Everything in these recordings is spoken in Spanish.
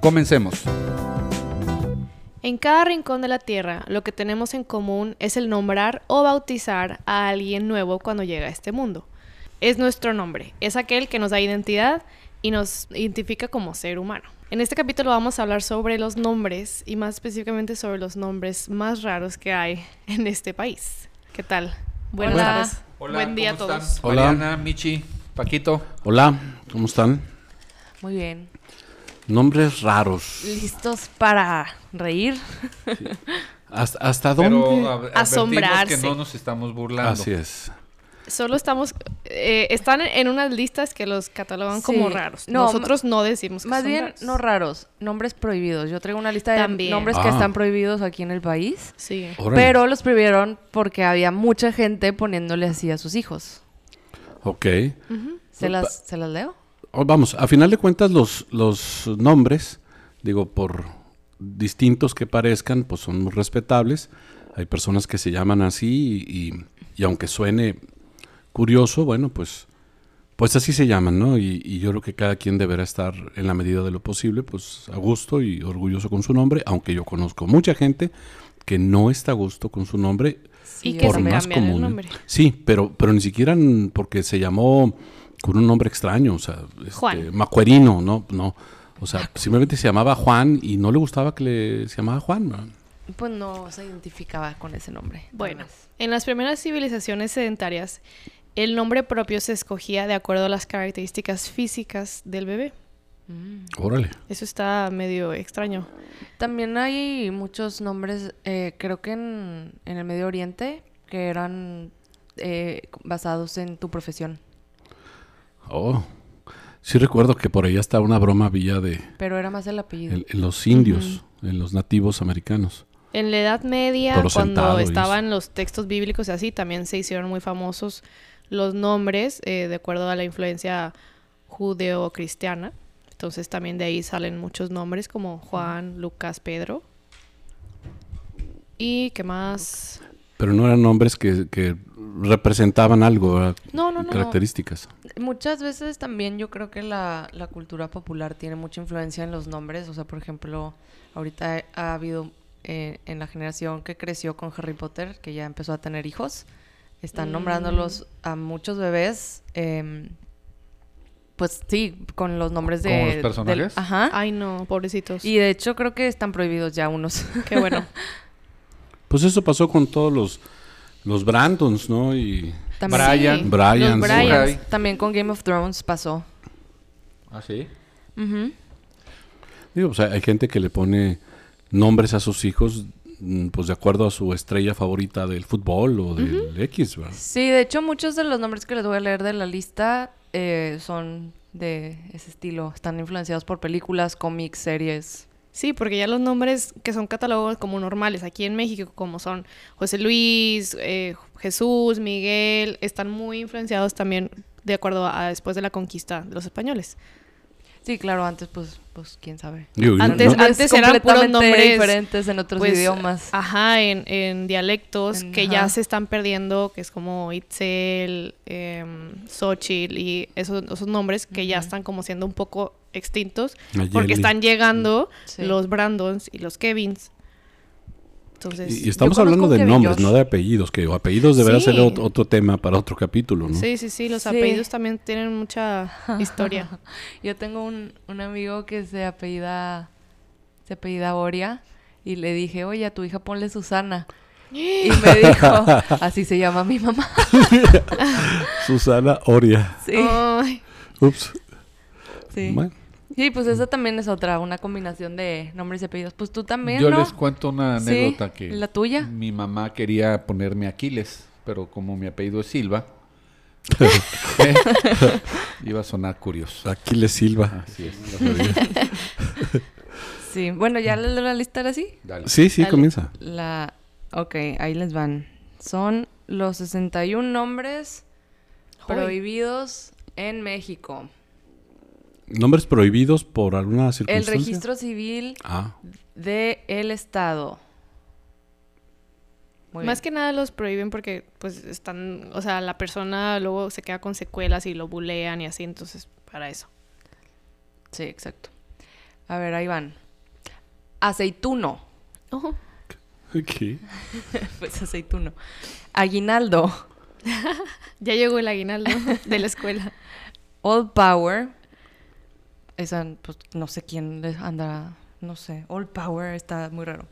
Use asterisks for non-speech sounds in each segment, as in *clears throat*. Comencemos. En cada rincón de la Tierra, lo que tenemos en común es el nombrar o bautizar a alguien nuevo cuando llega a este mundo. Es nuestro nombre, es aquel que nos da identidad y nos identifica como ser humano. En este capítulo vamos a hablar sobre los nombres y más específicamente sobre los nombres más raros que hay en este país. ¿Qué tal? Buenas Hola. tardes. Buen día a todos. Hola. Mariana, Michi, Paquito. Hola, ¿cómo están? Muy bien. Nombres raros. ¿Listos para reír? ¿Hasta, hasta Pero dónde? ab- advertimos Asombrarse. que no nos estamos burlando. Así es. Solo estamos, eh, están en unas listas que los catalogan Sí. como raros. No, Nosotros no decimos que Más son bien, raros. no raros, nombres prohibidos. Yo traigo una lista de También. nombres que Ah. están prohibidos aquí en el país. Sí. Órale. Pero los prohibieron porque había mucha gente poniéndole así a sus hijos. Ok. ¿Se las, ¿se las leo? Oh, Vamos, a final de cuentas los, los nombres, digo, por distintos que parezcan, pues son muy respetables. Hay personas que se llaman así y, y- y aunque suene curioso, bueno, pues, pues así se llaman, ¿no? Y, y yo creo que cada quien deberá estar en la medida de lo posible, pues a gusto y orgulloso con su nombre, aunque yo conozco mucha gente que no está a gusto con su nombre Sí, Y yo que por se también. más cambiara el común. nombre. Sí, pero, pero ni siquiera n- porque se llamó con un nombre extraño, o sea, este, Juan. Macuerino, no, no. O sea, simplemente se llamaba Juan y no le gustaba que le se llamaba Juan. Mm. ¿no? Pues no se identificaba con ese nombre. Bueno, Tal vez. en las primeras civilizaciones sedentarias, el nombre propio se escogía de acuerdo a las características físicas del bebé. Órale. Eso está medio extraño. También hay muchos nombres, eh, creo que en, en el Medio Oriente, que eran eh, basados en tu profesión. Oh. Sí recuerdo que por ahí hasta una broma había de Pero era más el apellido. en, en los indios, en los nativos americanos. En la Edad Media, Toro cuando sentado y eso. estaban los textos bíblicos y así, también se hicieron muy famosos los nombres eh, de acuerdo a la influencia judeo-cristiana. Entonces también de ahí salen muchos nombres como Juan, Lucas, Pedro. ¿Y qué más? Pero no eran nombres que, que representaban algo, ¿verdad? No, no, no, no. características. Muchas veces también yo creo que la, la cultura popular tiene mucha influencia en los nombres. O sea, por ejemplo, ahorita ha habido eh, en la generación que creció con Harry Potter, que ya empezó a tener hijos, están Mm. nombrándolos a muchos bebés. em, pues sí, con los nombres de... ¿Como los del- personajes? ajá. Ay, no, pobrecitos. Y de hecho creo que están prohibidos ya unos. Qué bueno. Pues eso pasó con todos los, los Brandons, ¿no? Y *laughs* También, Brian. Sí. Brian. Los Bryans. Suhai. también con Game of Thrones pasó. ¿Ah, sí? Ujú. Digo, pues, hay hay gente que le pone nombres a sus hijos, mm, pues de acuerdo a su estrella favorita del fútbol o del X, ¿verdad? Sí, de hecho muchos de los nombres que les voy a leer de la lista eh, son de ese estilo. Están influenciados por películas, cómics, series. Sí, porque ya los nombres que son catalogados como normales aquí en México, como son José Luis, eh, Jesús, Miguel, están muy influenciados también de acuerdo a después de la conquista de los españoles. Sí, claro, antes pues, pues quién sabe. Digo, y no- Antes- no- antes eran puros completamente ah, nombres, diferentes en otros Pues, idiomas. Ajá, en, en dialectos En- que ajá. ya se están perdiendo, que es como Itzel, em, Xochitl y esos, esos nombres que ya Ujú. están como siendo un poco extintos Nayeli. porque están llegando Sí. los Brandons y los Kevins. Entonces, Y, y estamos yo conozco hablando de Kevin nombres, Josh. no de apellidos, que o apellidos deberá Sí. ser ot- otro tema para otro capítulo, ¿no? Sí, sí, sí, los Sí. apellidos también tienen *laughs* mucha historia. Yo tengo un, un amigo que se apellida, se apellida Oria y le dije, oye, a tu hija ponle Susana. Y me dijo, así se llama mi mamá. *laughs* Susana Oria. Sí, Ay, Ups. sí. Bueno, Sí, pues esa también es otra, una combinación de nombres y apellidos. Pues tú también, Yo ¿no? les cuento una Sí, anécdota que... ¿La tuya? Mi mamá quería ponerme Aquiles, pero como mi apellido es Silva, *laughs* eh, iba a sonar curioso. pues, Aquiles Silva. Así es. Sí, bueno, ¿ya la, la lista era así? Dale. Sí, sí, Dale. comienza. La... Ok, ahí les van. Son los 61 nombres Hoy. prohibidos en México. Nombres prohibidos por alguna El circunstancia. registro civil Ah, del Estado. Muy Más bien. que nada los prohíben porque pues están, o sea, la persona luego se queda con secuelas y lo bulean y así, entonces para eso. Sí, exacto. A ver, ahí van. Aceituno. *laughs* Ojo. ok. Pues aceituno. Aguinaldo. Ya llegó el aguinaldo *laughs* de la escuela. All Power. Esa, pues, no sé quién le andará. No sé. All Power está muy raro.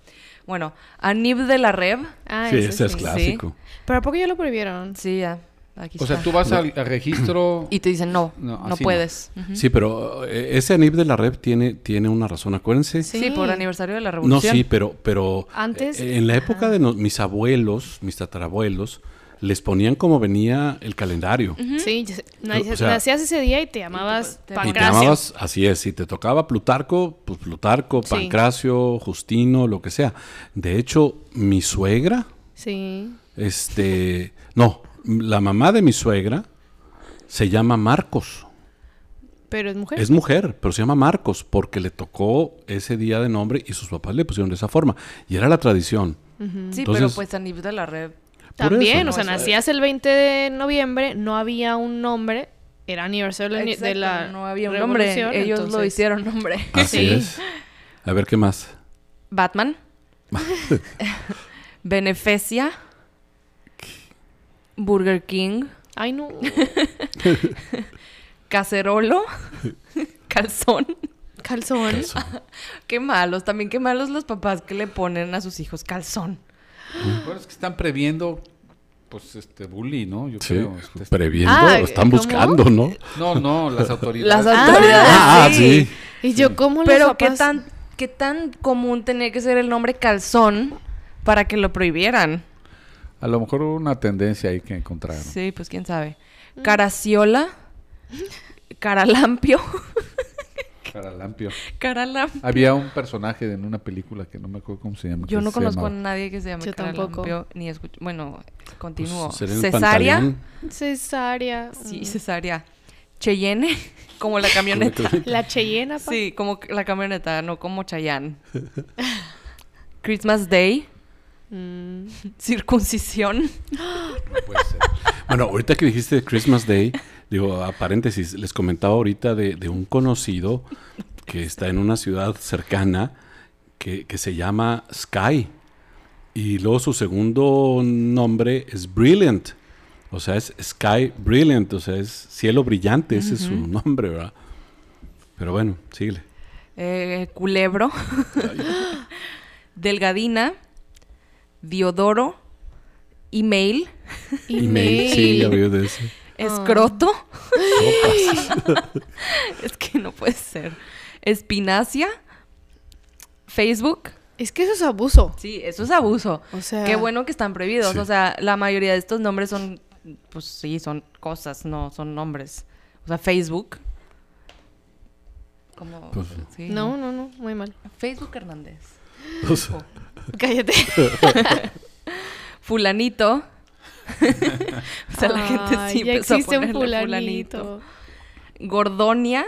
Bueno, Anib de la Rev. Ah, sí, eso ese es sí. clásico. Pero ¿a poco ya lo prohibieron? Sí, ya. Aquí O sea, está. tú vas al, al registro. Y te dicen, no, No, no, así no. puedes. Sí, pero eh, ese ANIP de la red tiene, tiene una razón, acuérdense. Sí. Sí. por aniversario de la No, revolución. sí, pero, pero Antes- eh, en la época de no- mis abuelos, mis tatarabuelos, les ponían como venía el Mm, calendario. Sí, ya sé. Nacías, O sea- nacías ese día y te llamabas Y te- Y te Pancracio. llamabas, así es, si te tocaba Plutarco, pues Plutarco, Sí. Pancracio, Justino, lo que sea. De hecho, mi suegra, Sí. este, no, la mamá de mi suegra se llama Marcos. Pero es mujer. Es mujer, pero se llama Marcos porque le tocó ese día de nombre y sus papás le pusieron de esa forma. Y era la tradición. Sí, pero Entonces- pues Anib de la Rev. Por También, eso. o sea, No, eso- nacías el 20 de noviembre, no había un nombre, era aniversario de- de Exacto, la no había un nombre. revolución, Ellos lo entonces- hicieron *laughs* nombre. Así Sí. es. A ver qué más. *laughs* Batman. Beneficia. Burger King. Ay, no. *laughs* Cacerolo. Calzón. Calzón. Eso. Qué malos, también qué malos los papás que le ponen a sus hijos calzón. Bueno, es que están previendo, pues, este bullying, ¿no? Yo Sí, creo. este, previendo, Ah, están ¿cómo? buscando, ¿no? No, no, las Las autoridades. autoridades. Ah, sí. sí. Y yo, ¿cómo los Pero qué papás- tan, qué tan común tenía que ser el nombre calzón para que lo prohibieran. A lo mejor hubo una tendencia ahí que encontraron. Sí, pues quién sabe. Caraciola. Caralampio. *laughs* Caralampio. Caralampio. Había un personaje en una película que no me acuerdo cómo se llama. Yo que no se conozco a llamaba. nadie que se llame Yo tampoco. Caralampio. Ni escucho. Bueno, Pues, continúo. sería el cesárea. Pantaleón. Cesárea. Mm, Sí, cesárea. Cheyenne. *laughs* Como la camioneta. La Cheyenne, pa. Sí, como que- la camioneta, no como *laughs* Chayanne. Christmas Day, Mm. circuncisión. Bueno, ahorita que dijiste Christmas Day, digo, a paréntesis, les comentaba ahorita de, de un conocido que está en una ciudad cercana que, que se llama Sky. Y luego su segundo nombre es Brilliant. O sea, es Sky Brilliant. O sea, es cielo brillante. Ese es su nombre, ¿verdad? Pero bueno, síguele. eh, *laughs* culebro. Delgadina. Diodoro. Email. Email. Sí, ya veo de Ah. ese. Escroto. *laughs* es que no puede ser. Espinacia. Facebook. Es que eso es abuso. Sí, eso es abuso. O sea. Qué bueno que están prohibidos. Sí. O sea, la mayoría de estos nombres son, pues sí, son cosas, no son nombres. O sea, Facebook. Como, Pues, sí, No, no, no, muy mal. *laughs* Facebook Hernández. O sea, Cállate. *laughs* Fulanito. *laughs* o sea, la gente sí Ay, ya empezó a existe un ponerle fulanito. Gordonia,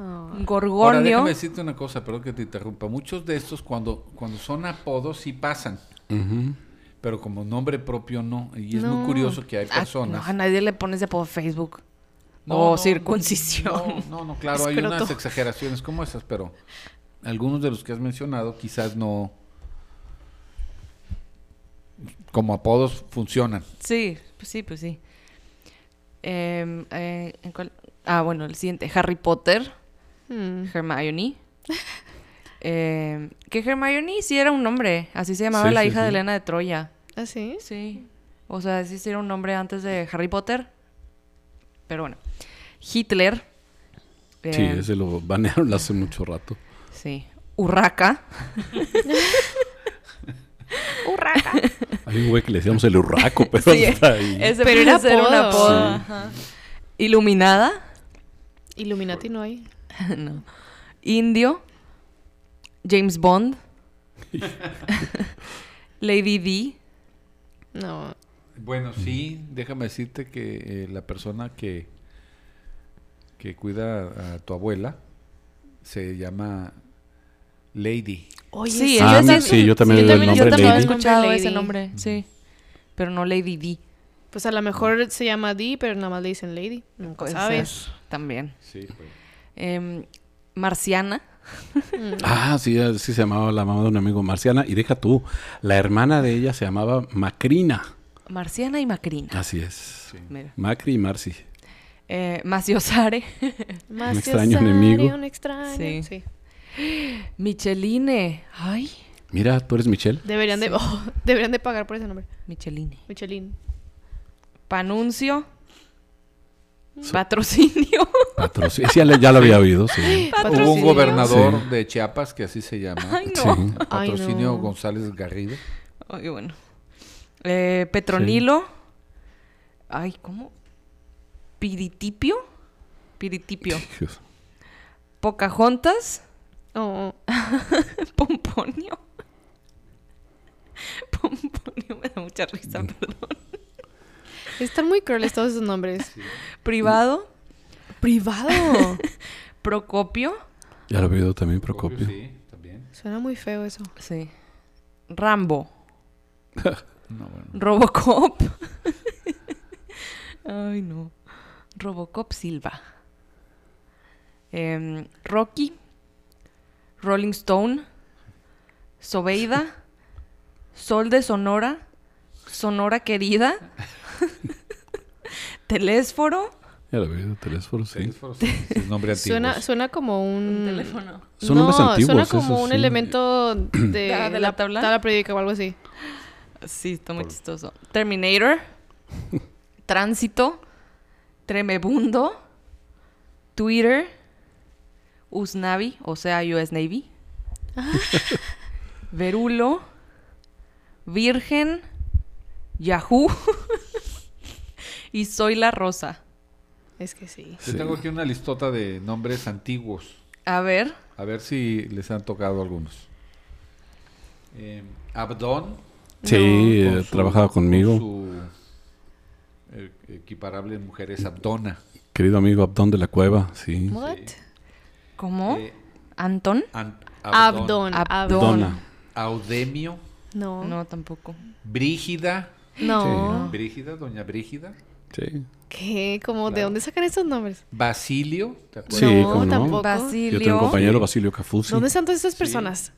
Ah. Ahora, Gorgonio. déjame decirte una cosa, perdón que te interrumpa. Muchos de estos, cuando, cuando son apodos, sí pasan. ujú. Pero como nombre propio, no. Y es No. muy curioso que hay Ah, no, personas. a nadie le pones de apodo Facebook. No, o no, circuncisión. No, no, no, claro, hay Escroto. unas exageraciones como esas, pero algunos de los que has mencionado quizás no. Como apodos funcionan. Sí, pues sí, pues sí. Em, eh, ¿en cuál? Ah, bueno, el siguiente. Harry Potter. Mm. Hermione. Eh, que Hermione sí era un nombre. Así se llamaba Sí, la sí, hija de sí. Elena de Troya. ¿Ah, sí? Sí. O sea, sí sí era un nombre antes de Harry Potter. Pero bueno. Hitler. Eh, Sí, ese lo banearon hace mucho rato. sí. Urraca. Urraca. Hay un güey que le decíamos el urraco, *laughs* pero Sí, hasta ahí. *laughs* Ese puede Pero era ser un apodo. apodo, Sí. ajá. Iluminada. Illuminati no hay. no. Indio. James *laughs* Bond, Lady D, No. Bueno, sí, déjame decirte que eh, la persona que, que cuida a tu abuela se llama Lady. Oye, Sí, Ah, ella es- sí, yo también yo el también, yo nombre también Lady. había escuchado ese Lady. nombre, sí. Pero no Lady D. Pues a lo mejor se llama Dee, pero nada más le dicen Lady. Nunca Mm, Puede sabes. ser, También. Sí, pues. güey. Em, Marciana. Ah, sí, así se llamaba la mamá de un amigo Marciana. Y deja tú, la hermana de ella se llamaba Macrina. Marciana y Macrina. Así es. Ah, Mira. Macri y Marci. Eh, Maciosare. Más Un que extraño osare, enemigo. Un extraño. Sí. Sí. *laughs* Micheline. Ay, Mira, tú eres Michelle. Deberían, De, *laughs* oh, deberían de pagar por ese nombre. Micheline. Michelin. Panuncio. Patrocinio. Patrocinio. Sí, ya, le- ya lo había oído, *gasps* sí. Hubo un Patrocinio. *laughs* gobernador Sí. de Chiapas que así se llama. Ay, no. Sí. Ay, Patrocinio no. González Garrido. Ay, bueno. Eh, Petronilo. Ay, ¿cómo? Piritipio. Piritipio. Dios. Pocahontas. *laughs* Oh, oh. Pomponio. *laughs* Pomponio me da mucha risa, perdón. Están muy crueles todos esos nombres. Privado. Privado. Procopio. Ya lo había oído también, Procopio. Sí, también. *laughs* Suena muy feo eso. Sí. Rambo. *laughs* No, bueno. Robocop. *laughs* Ay, no. Robocop Silva. Em, Rocky. Rolling Stone. Sobeida. Sol de Sonora. Sonora querida. *laughs* Telésforo. Ya lo había oído, Telésforo, sí. Telésforo, sí, sí, es nombre antiguo. Suena, suena como un... Son no, nombres antiguos, suena como esos, un sí. *clears throat* elemento de, Ah, ¿de la tabla? periódica o algo así. Sí, está muy chistoso. Terminator. Tránsito. Tremebundo. Twitter. USNAVI, o sea, US Navy. Verulo. Virgen. Yahoo. y Soy la Rosa. Es que sí. Yo tengo aquí una listota de nombres antiguos. A ver. A ver si les han tocado algunos. Eh, Abdón. Sí, con eh, su- trabajaba con conmigo. su, eh, equiparable en mujeres, Abdona. Querido amigo Abdón de la Cueva, sí. What? ¿Cómo? Eh, ¿Antón? An- Abdon. Abdon. Dona. Audemio. No. No. No, tampoco. Brígida. No. Brígida, doña Brígida. Sí. ¿Qué? Como, ¿De Claro. dónde sacan esos nombres? Basilio. ¿te acuerdas? Sí, no, cómo no. Yo tampoco. tengo un Basilio. compañero, Basilio Cafú, sí. ¿Dónde están todas esas Sí. personas?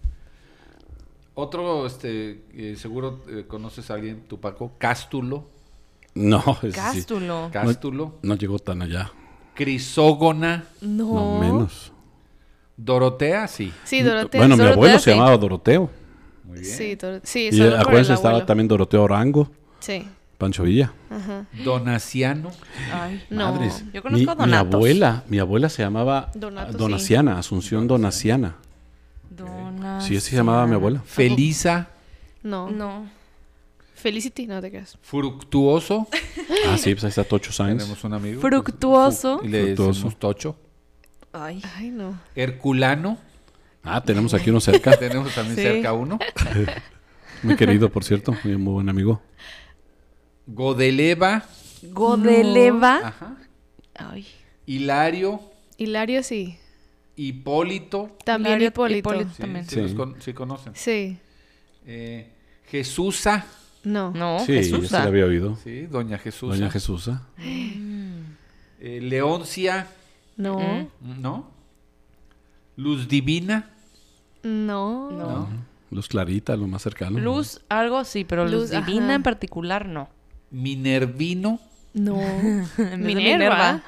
Otro, este, eh, seguro eh, conoces a alguien, Tupaco. Cástulo. No, ese sí. Cástulo. Cástulo. No llegó tan allá. Crisógona. No. No, menos. Dorotea, sí. Sí, Dorotea. bueno, mi Dorotea, abuelo se sí. llamaba Doroteo. Muy bien. Sí, Dorotea. Sí, Y solo por el acuérdense, estaba abuelo. también Doroteo Orango, Sí. Pancho Villa. Donaciano. Ay, No. Madres. Yo conozco mi, a mi Donatos. abuela, mi abuela se llamaba Donato, sí. Donaciana, Asunción Donaciana. Dona. Sí, así se llamaba mi abuela. Felisa. No. No. Felicity, no te creas. Fructuoso. Ah, sí, pues ahí está Tocho Sainz. Tenemos un amigo. Fructuoso. Y le decimos Fructuoso. tocho. Ay. Ay, no. Herculano. Ah, tenemos aquí *laughs* uno cerca. Tenemos también Sí. cerca uno. Muy querido, por cierto. Muy, muy buen amigo. Godeleva. Godeleva. Ajá. Ay. Hilario. Hilario sí. Hipólito. También Hilario- Hipólito. Hipólito. Sí, También. sí Sí. los con- sí conocen. Sí. Eh, Jesusa. No. No, sí, yo se Jesusa. la había oído. Sí, doña Jesús. Doña Jesusa. Leoncia. No. ¿No? Luz Divina. No. No. ¿No? Luz Clarita, lo más cercano. Luz, algo sí, pero luz, Luz, ajá. divina en particular no. Minervino. No. En vez de Minerva.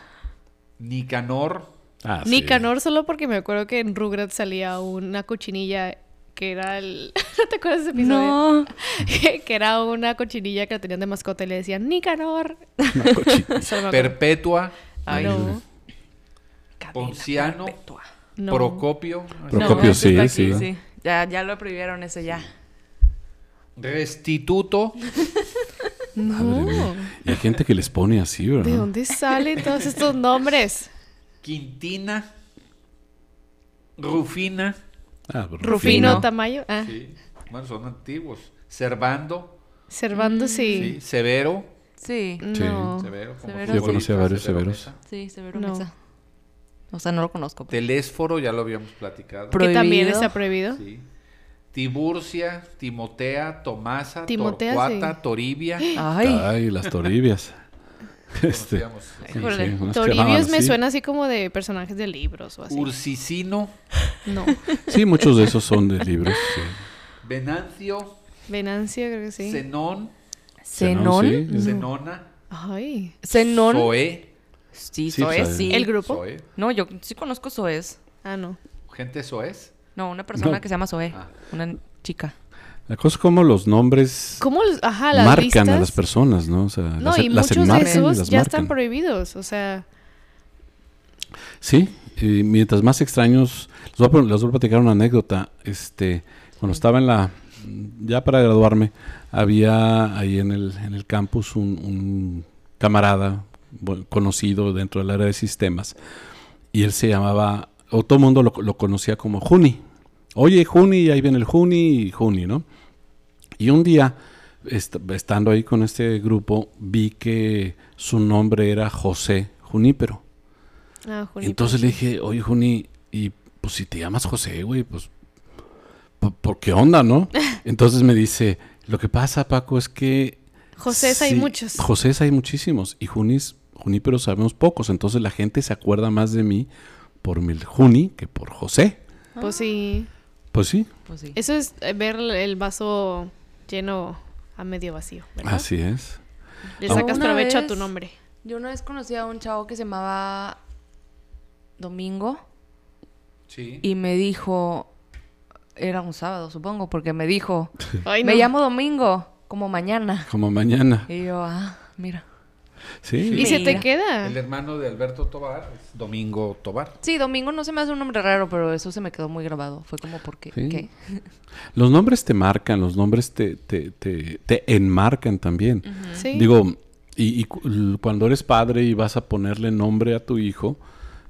Nicanor. Ah, sí. Nicanor solo porque me acuerdo que en Rugrats salía una cochinilla que era el... *laughs* ¿No te acuerdas de ese episodio? No. *laughs* que era una cochinilla que la tenían de mascota y le decían Nicanor. Una cochina. Solo me acuerdo. Perpetua. Ay, no. Cadena Ponciano. perpetua. No. Procopio. Procopio, No, sí, está aquí, sí. Ya, ya lo prohibieron ese ya. Restituto. Madre mía. Y hay gente que les pone así, ¿verdad? Oh. ¿De dónde salen todos *laughs* estos nombres? Quintina, Rufina, Ah, pues, Rufino Tamayo. Ah, Sí. Bueno, son antiguos. Servando, Servando, sí. Oh, sí. Severo. Sí, No. Severo. como Severo. futbolista, Yo conocí a varios Severos. Mesa. sí, Severo No. Mesa. O sea, no lo conozco. pero- Telésforo, ya lo habíamos platicado. Pro- Que también Prohibido. está prohibido. Sí. Tiburcia, Timotea, Tomasa, Timotea, Torcuata, sí. *gasps* Toribia. Ay, Ay, las toribias. este, Conocíamos. Híjole. sí, sí, unas que llamaban Toribios me así. suena así como de personajes de libros o así. Ursicino, *laughs* No. Sí, muchos de esos son de libros. *laughs* sí. Venancio, Venancio, creo que sí. Zenón, Zenón. Zenón, sí. Zenona, Ay. Zenón. Zoé. Sí, Sí, Zoé, Zoé. sí. ¿El grupo? Zoé. No, yo sí conozco Zoés. Ah, no. Gente Zoés. No, una persona No. que se llama Zoé. Ah. Una chica. La cosa es como los nombres ¿Cómo? los- Ajá, las marcan listas. a las personas, ¿no? O sea, No, las, e-, y las muchos de enmarcan y esos las ya están marcan. prohibidos. O sea, Sí, y mientras más extraños, les voy, a, pon- les voy a platicar una anécdota. Este, cuando estaba en la, ya para graduarme, había ahí en el, en el campus un, un camarada bu- conocido dentro del área de sistemas y él se llamaba, o todo el mundo lo, lo conocía como Juni. Oye, Juni, y ahí viene el Juni y Juni, ¿no? Y un día, est- estando ahí con este grupo, vi que su nombre era José Junípero. ah, Junípero. Entonces le dije, oye, Juni, y pues si te llamas José, güey, pues, ¿por, por qué onda, no? Entonces me dice, lo que pasa, Paco, es que... José, hay sí, muchos. Josés hay muchísimos, y Junis, Juníperos sabemos pocos, entonces la gente se acuerda más de mí por mi Juni que por José. Pues sí. Pues sí, Pues sí. Eso es eh, ver el vaso lleno a medio vacío, ¿verdad? así es. Le Yo sacas una provecho a vez- tu nombre. Yo una vez conocí a un chavo que se llamaba Domingo Sí. y me dijo, era un sábado supongo, porque me dijo, Ay, me no. llamo Domingo, como mañana. Como mañana. Y yo, ah, mira. Sí. Y se te Mira. queda. El hermano de Alberto Tobar es Domingo Tobar. Sí, Domingo no se me hace un nombre raro, pero eso se me quedó muy grabado. Fue como porque... Sí. ¿qué? Los nombres te marcan, los nombres te, te, te, te enmarcan también. Sí. Digo, y, y cu- l- cuando eres padre y vas a ponerle nombre a tu hijo,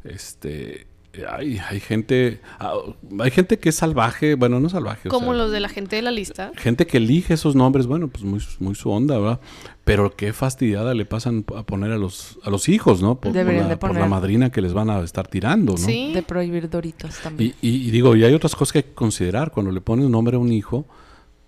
este, hay, hay gente, ah, hay gente que es salvaje, bueno, no salvaje, o como sea, los de la gente de la lista. gente que elige esos nombres, bueno, pues muy, su- muy su onda, ¿verdad? Pero qué fastidiada le pasan p- a poner a los, a los hijos, ¿no? Por, por Deberían la, de por la poner. madrina que les van a estar tirando, ¿no? Sí. De prohibir Doritos también. Y, y- y digo, y hay otras cosas que hay que considerar. Cuando le pones nombre a un hijo,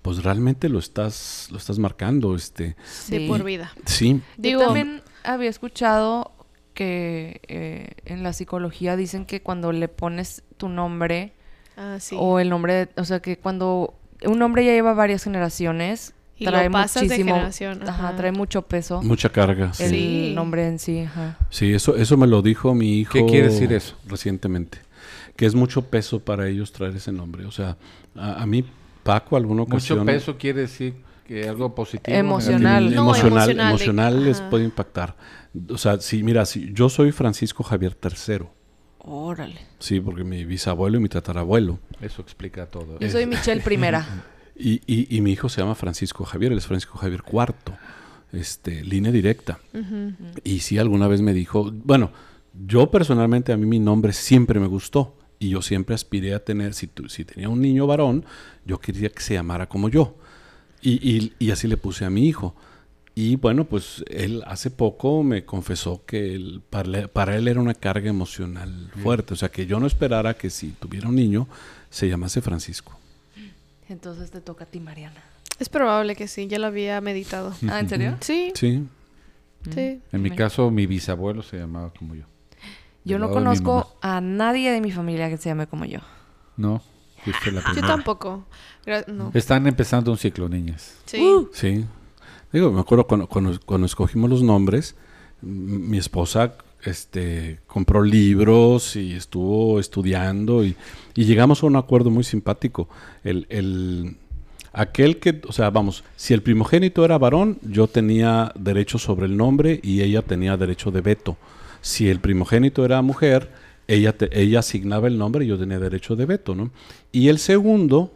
pues realmente lo estás, lo estás marcando, este. Sí. De por vida. Sí, Digo- Yo también había escuchado que eh, en la psicología dicen que cuando le pones tu nombre Ah, sí. o el nombre, de- o sea, que cuando un nombre ya lleva varias generaciones, Y lo trae pasas de muchísimo, generación, ajá, ajá. trae mucho peso mucha carga. el sí. Sí. nombre en sí, ajá. Sí, eso, eso me lo dijo mi hijo. ¿Qué quiere decir eso? Recientemente. Que es mucho peso para ellos traer ese nombre. O sea, a, a mí, Paco, alguna ocasión. Mucho peso quiere decir que algo positivo. Emocional. em- No, emocional, emocional, emocional les ajá. puede impactar. O sea, si, mira, si yo soy Francisco Javier III. Órale. Sí, porque mi bisabuelo y mi tatarabuelo. negativo. Eso explica todo. Yo soy Michelle *laughs* Primera. Y, y- y mi hijo se llama Francisco Javier, él es Francisco Javier IV, este, línea directa. Y sí, alguna vez me dijo, bueno, yo personalmente a mí mi nombre siempre me gustó y yo siempre aspiré a tener, si, tu- si tenía un niño varón, yo quería que se llamara como yo. Y, y- y así le puse a mi hijo. Y bueno, pues él hace poco me confesó que él- para, le- para él era una carga emocional fuerte, o sea que yo no esperara que si tuviera un niño se llamase Francisco. Entonces te toca a ti, Mariana. Es probable que sí, ya lo había meditado. Ah, ¿en *laughs* serio? Sí, Sí, sí. En mi Mira. caso, mi bisabuelo se llamaba como yo. Yo Del no lado de mi conozco a nadie de mi familia que se llame como yo. No, fuiste la Yo primera. tampoco. Gra- no. Están empezando un ciclo, niñas. Sí. Uh. Sí. Digo, me acuerdo cuando, cuando- cuando escogimos los nombres, m- mi esposa este, compró libros y estuvo estudiando y, y llegamos a un acuerdo muy simpático. El, el- aquel que, o sea, vamos, si el primogénito era varón, yo tenía derecho sobre el nombre y ella tenía derecho de veto. Si el primogénito era mujer, ella, te- ella asignaba el nombre y yo tenía derecho de veto, ¿no? Y el segundo,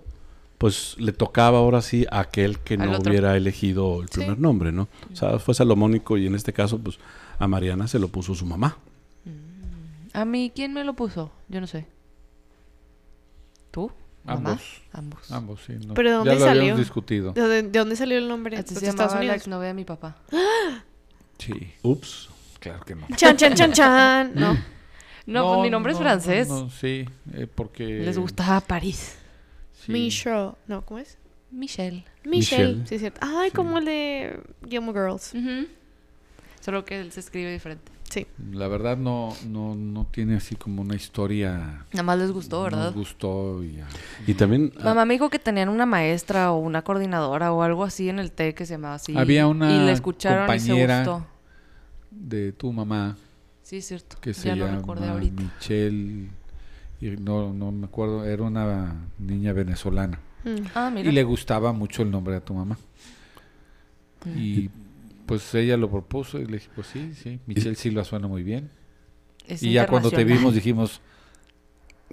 pues le tocaba ahora sí a aquel que Al no otro. hubiera elegido el primer nombre, ¿no? O sea, fue salomónico y en este caso, pues a Mariana se lo puso su mamá. A mí, ¿quién me lo puso? Yo no sé. ¿Tú? mamá. Ambos. Ambos. Ambos, sí. no. ¿Pero de dónde ya lo salió? habíamos discutido. ¿De dónde, de dónde salió el nombre? Así Pues se de Estados llamaba la Unidos. exnovia de mi *laughs* papá. Sí, Ups. claro que no. Chan, chan, *laughs* chan, chan. No. No, pues mi nombre es no, francés. no, sí, eh, porque... Les gustaba París. sí. Michelle. No, ¿cómo es? Michelle. Michelle. Michelle. Sí, es cierto. Ay, Sí. como el de Gilmore Girls. Solo que él se escribe diferente. Sí. La verdad no, no, no tiene así como una historia... Nada más les gustó, ¿verdad? Nos gustó y ya. Y también ah, Mamá me dijo que tenían una maestra o una coordinadora o algo así en el TEC que se llamaba así. Había una Y la escucharon compañera- y se gustó. De tu mamá, Sí, es cierto. que se ya lo llama recordé ahorita. Michelle... Y no, no me acuerdo, era una niña venezolana. Mm. Ah, mira. Y le gustaba mucho el nombre a tu mamá. Mm. Y pues ella lo propuso y le dije, pues sí, sí, Michelle Silva suena muy bien. Es y ya cuando te internacional. vimos dijimos,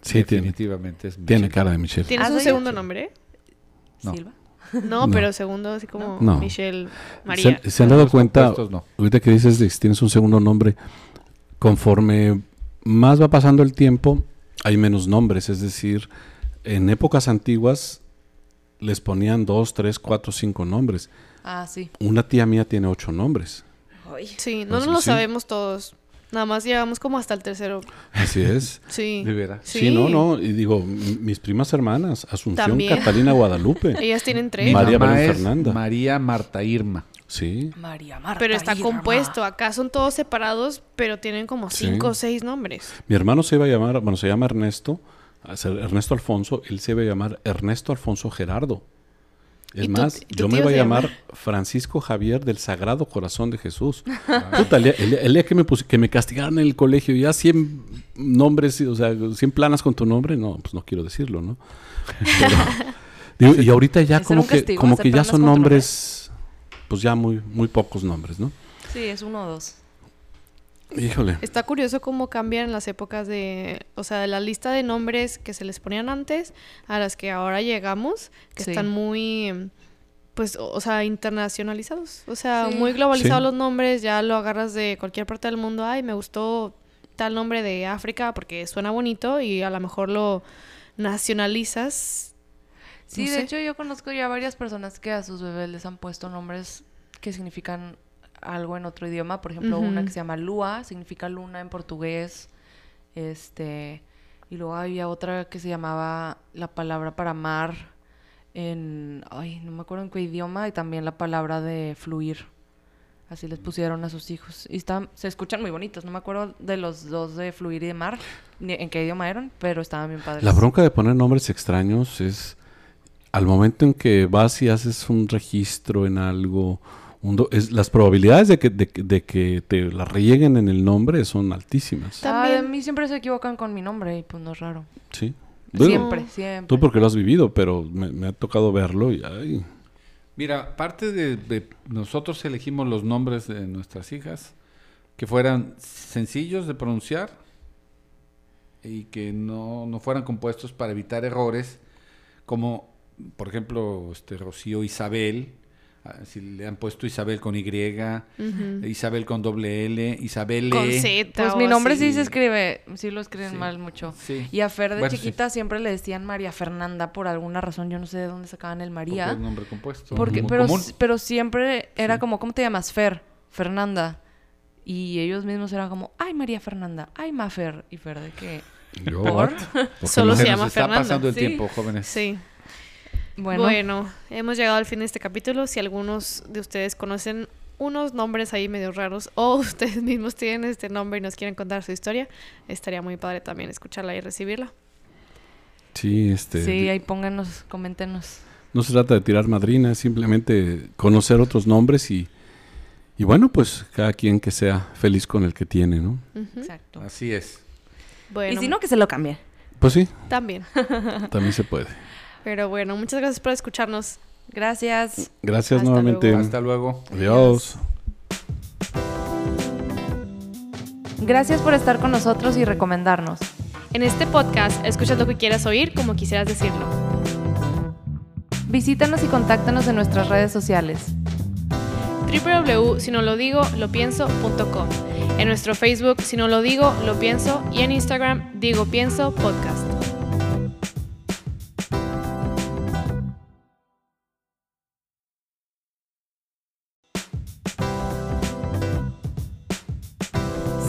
sí, tiene, definitivamente es tiene Michelle. cara de Michelle. ¿Tienes Ah, un soy- *laughs* segundo nombre? No. Silva. No, No. pero segundo así como No. Michelle María. ¿Se, se han dado Los cuenta, compuestos no. ahorita que dices de que tienes un segundo nombre, conforme más va pasando el tiempo, hay menos nombres. Es decir, en épocas antiguas les ponían dos, tres, cuatro, cinco nombres. Ah, sí. Una tía mía tiene ocho nombres. Sí, no Pues nos lo sí. sabemos todos. Nada más llegamos como hasta el tercero. Así es. Sí. De veras. Sí, no, no. Y digo, m- mis primas hermanas, Asunción, También. Catalina, *laughs* Guadalupe. Ellas tienen tres. Mi María mamá Belén es Fernanda. María Marta Irma. Sí. María Marta. Pero está Irma. compuesto. Acá son todos separados, pero tienen como Sí. cinco o seis nombres. Mi hermano se iba a llamar, bueno, se llama Ernesto, a ser Ernesto Alfonso, él se iba a llamar Ernesto Alfonso Gerardo. ¿Y Es tú- más, y tú yo te me iba ibas a a llamar Francisco Javier del Sagrado Corazón *laughs* de Jesús. Puta, el, día- el día- el día que me, pus- que me castigaron en el colegio, ya 100 nombres, o sea, 100 planas con tu nombre, no, pues no quiero decirlo, ¿no? *laughs* Pero- digo, y ahorita ya Hacer Pues como un que, castigo, como hacer que ya planas con son tu nombre. nombres, pues ya muy, muy pocos nombres, ¿no? Sí, es uno o dos. Híjole. Está curioso cómo cambian las épocas de, o sea, de la lista de nombres que se les ponían antes a las que ahora llegamos, que Sí. están muy, pues, o, o sea, internacionalizados. O sea, Sí. muy globalizados Sí. los nombres, ya lo agarras de cualquier parte del mundo. Ay, me gustó tal nombre de África porque suena bonito y a lo mejor lo nacionalizas. Sí, No de sé. hecho yo conozco ya varias personas que a sus bebés les han puesto nombres que significan algo en otro idioma. Por ejemplo, una Ujú. que se llama Lua, significa luna en portugués. Este, y luego había otra que se llamaba la palabra para mar en, ay, no me acuerdo en qué idioma, y también la palabra de fluir. Así les pusieron a sus hijos. Y están, se escuchan muy bonitos. No me acuerdo de los dos de fluir y de mar, ni en qué idioma eran, pero estaban bien padres. La bronca de poner nombres extraños es al momento en que vas y haces un registro en algo, un do- es, las probabilidades de que, de, que- de que te la rieguen en el nombre son altísimas. Ah, También- a mí siempre se equivocan con mi nombre y pues no es raro. Sí. Digo, siempre, siempre. tú pues, porque lo has vivido, pero me, me ha tocado verlo y ay, Mira, parte de, de- nosotros elegimos los nombres de nuestras hijas que fueran sencillos de pronunciar y que no, no fueran compuestos para evitar errores, como por ejemplo este Rocío Isabel, ah, si le han puesto Isabel con Y, Isabel con doble L, Isabel E. Con Z. Pues o mi nombre así. sí se escribe, sí lo escriben Sí. mal mucho. Sí. Y a Fer de Bueno, sí. chiquita siempre le decían María Fernanda por alguna razón, yo no sé de dónde sacaban el porque es María. un nombre compuesto. Porque, muy pero, común. s- pero siempre era como, ¿cómo te llamas? Fer, Fernanda. Y ellos mismos eran como, ay María Fernanda, ay Mafer. Y Fer de que... yo, ¿Por? *laughs* what? ¿Por qué Solo no? se nos llama está Fernando. pasando el Sí. tiempo, jóvenes. Sí. Bueno, Bueno. hemos llegado al fin de este capítulo. Si algunos de ustedes conocen unos nombres ahí medio raros o *laughs* ustedes mismos tienen este nombre y nos quieren contar su historia, estaría muy padre también escucharla y recibirla. Sí, este, sí, ahí pónganos, coméntenos. no se trata de tirar madrina, es simplemente conocer otros nombres y, y bueno, pues cada quien que sea feliz con el que tiene, ¿no? Exacto. Así es. Bueno, Y si no, que se lo cambie. Pues sí, también. *laughs* también se puede. Pero bueno, muchas gracias por escucharnos. Gracias. Gracias Hasta nuevamente. luego. Hasta luego. Adiós. Gracias por estar con nosotros y recomendarnos. En este podcast, escucha lo que quieras oír como quisieras decirlo. Visítanos y contáctanos en nuestras redes sociales. www.sinolodigolopienso.com En nuestro Facebook, Si No Lo Digo, Lo Pienso y en Instagram, Digo Pienso Podcast.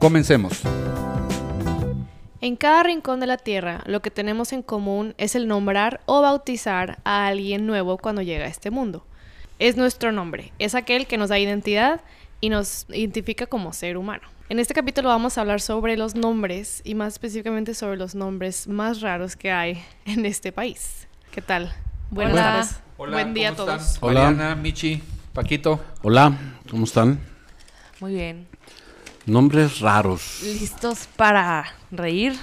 Comencemos. En cada rincón de la Tierra, lo que tenemos en común es el nombrar o bautizar a alguien nuevo cuando llega a este mundo. Es nuestro nombre, es aquel que nos da identidad y nos identifica como ser humano. En este capítulo vamos a hablar sobre los nombres y más específicamente sobre los nombres más raros que hay en este país. ¿Qué tal? Buenas Hola. tardes. Buen día a todos. Hola. Mariana, Michi, Paquito. Hola, ¿cómo están? Muy bien. Nombres raros. ¿Listos para reír?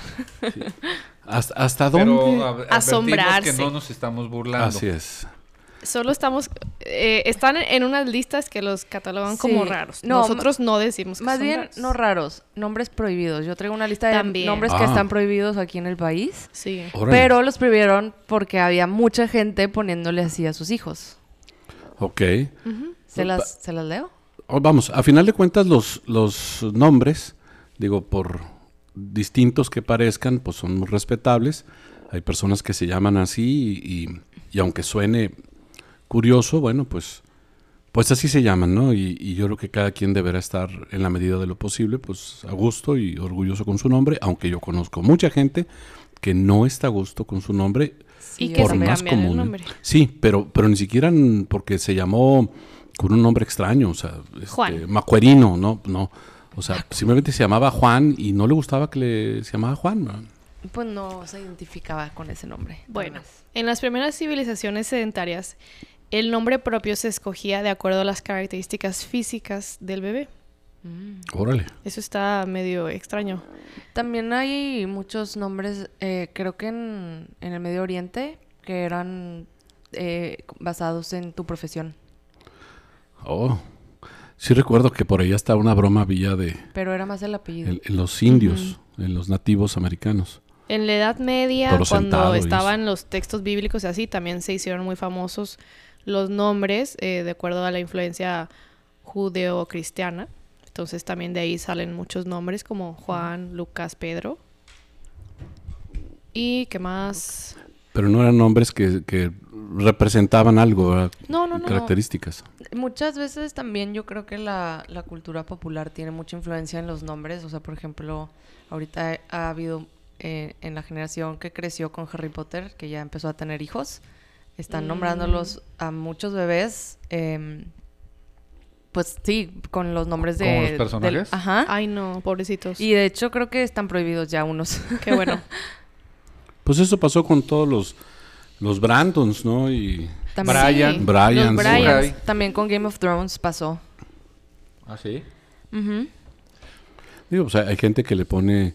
¿Hasta, hasta dónde? Pero ab- advertimos Asombrarse. que no nos estamos burlando. Así es. Solo estamos, eh, están en unas listas que los catalogan como Sí. raros. No, Nosotros no decimos que Más son bien, raros. no raros, nombres prohibidos. Yo traigo una lista de También. nombres Ah. que están prohibidos aquí en el país. Sí. Órale. Pero los prohibieron porque había mucha gente poniéndole así a sus hijos. Ok. ¿Se las, ¿se las leo? Oh, Vamos, a final de cuentas los, los nombres, digo, por distintos que parezcan, pues son muy respetables. Hay personas que se llaman así y, y- y aunque suene curioso, bueno, pues, pues así se llaman, ¿no? Y, y yo creo que cada quien deberá estar en la medida de lo posible, pues a gusto y orgulloso con su nombre, aunque yo conozco mucha gente que no está a gusto con su nombre Sí, Y yo que por se también. más cambiaron el común. ¿eh? nombre. Sí, pero, pero ni siquiera en- porque se llamó con un nombre extraño, o sea, este, Juan. Macuerino, no, no. O sea, simplemente se llamaba Juan y no le gustaba que le se llamaba Juan. ¿no? Pues no se identificaba con ese nombre. tal Bueno, vez. en las primeras civilizaciones sedentarias, el nombre propio se escogía de acuerdo a las características físicas del bebé. Órale. Eso está medio extraño. También hay muchos nombres, eh, creo que en, en el Medio Oriente, que eran eh, basados en tu profesión. Oh. Sí recuerdo que por ahí hasta una broma había de Pero era más el apellido. en- en los indios, en los nativos americanos. En la Edad Media, Toro cuando sentado y eso. estaban los textos bíblicos y así, también se hicieron muy famosos los nombres eh, de acuerdo a la influencia judeo-cristiana. Entonces también de ahí salen muchos nombres como Juan, Lucas, Pedro. ¿Y qué más? Pero no eran nombres que, que representaban algo, ¿verdad? No, no, no, no. características. Muchas veces también yo creo que la, la cultura popular tiene mucha influencia en los nombres. O sea, por ejemplo, ahorita he- ha habido eh, en la generación que creció con Harry Potter, que ya empezó a tener hijos, están nombrándolos a muchos bebés. em, pues sí, con los nombres de... ¿Como los del- personajes? ajá. Ay, no, pobrecitos. ¿Ah? Y de hecho creo que están prohibidos ya *laughs* unos. Qué bueno. Pues eso pasó con todos los los Brandons, ¿no? Y También, Brian. Sí, Brian, los sí. Brian. Brian. también con Game of Thrones pasó. ¿Ah, sí? Ujú. Digo, pues hay hay gente que le pone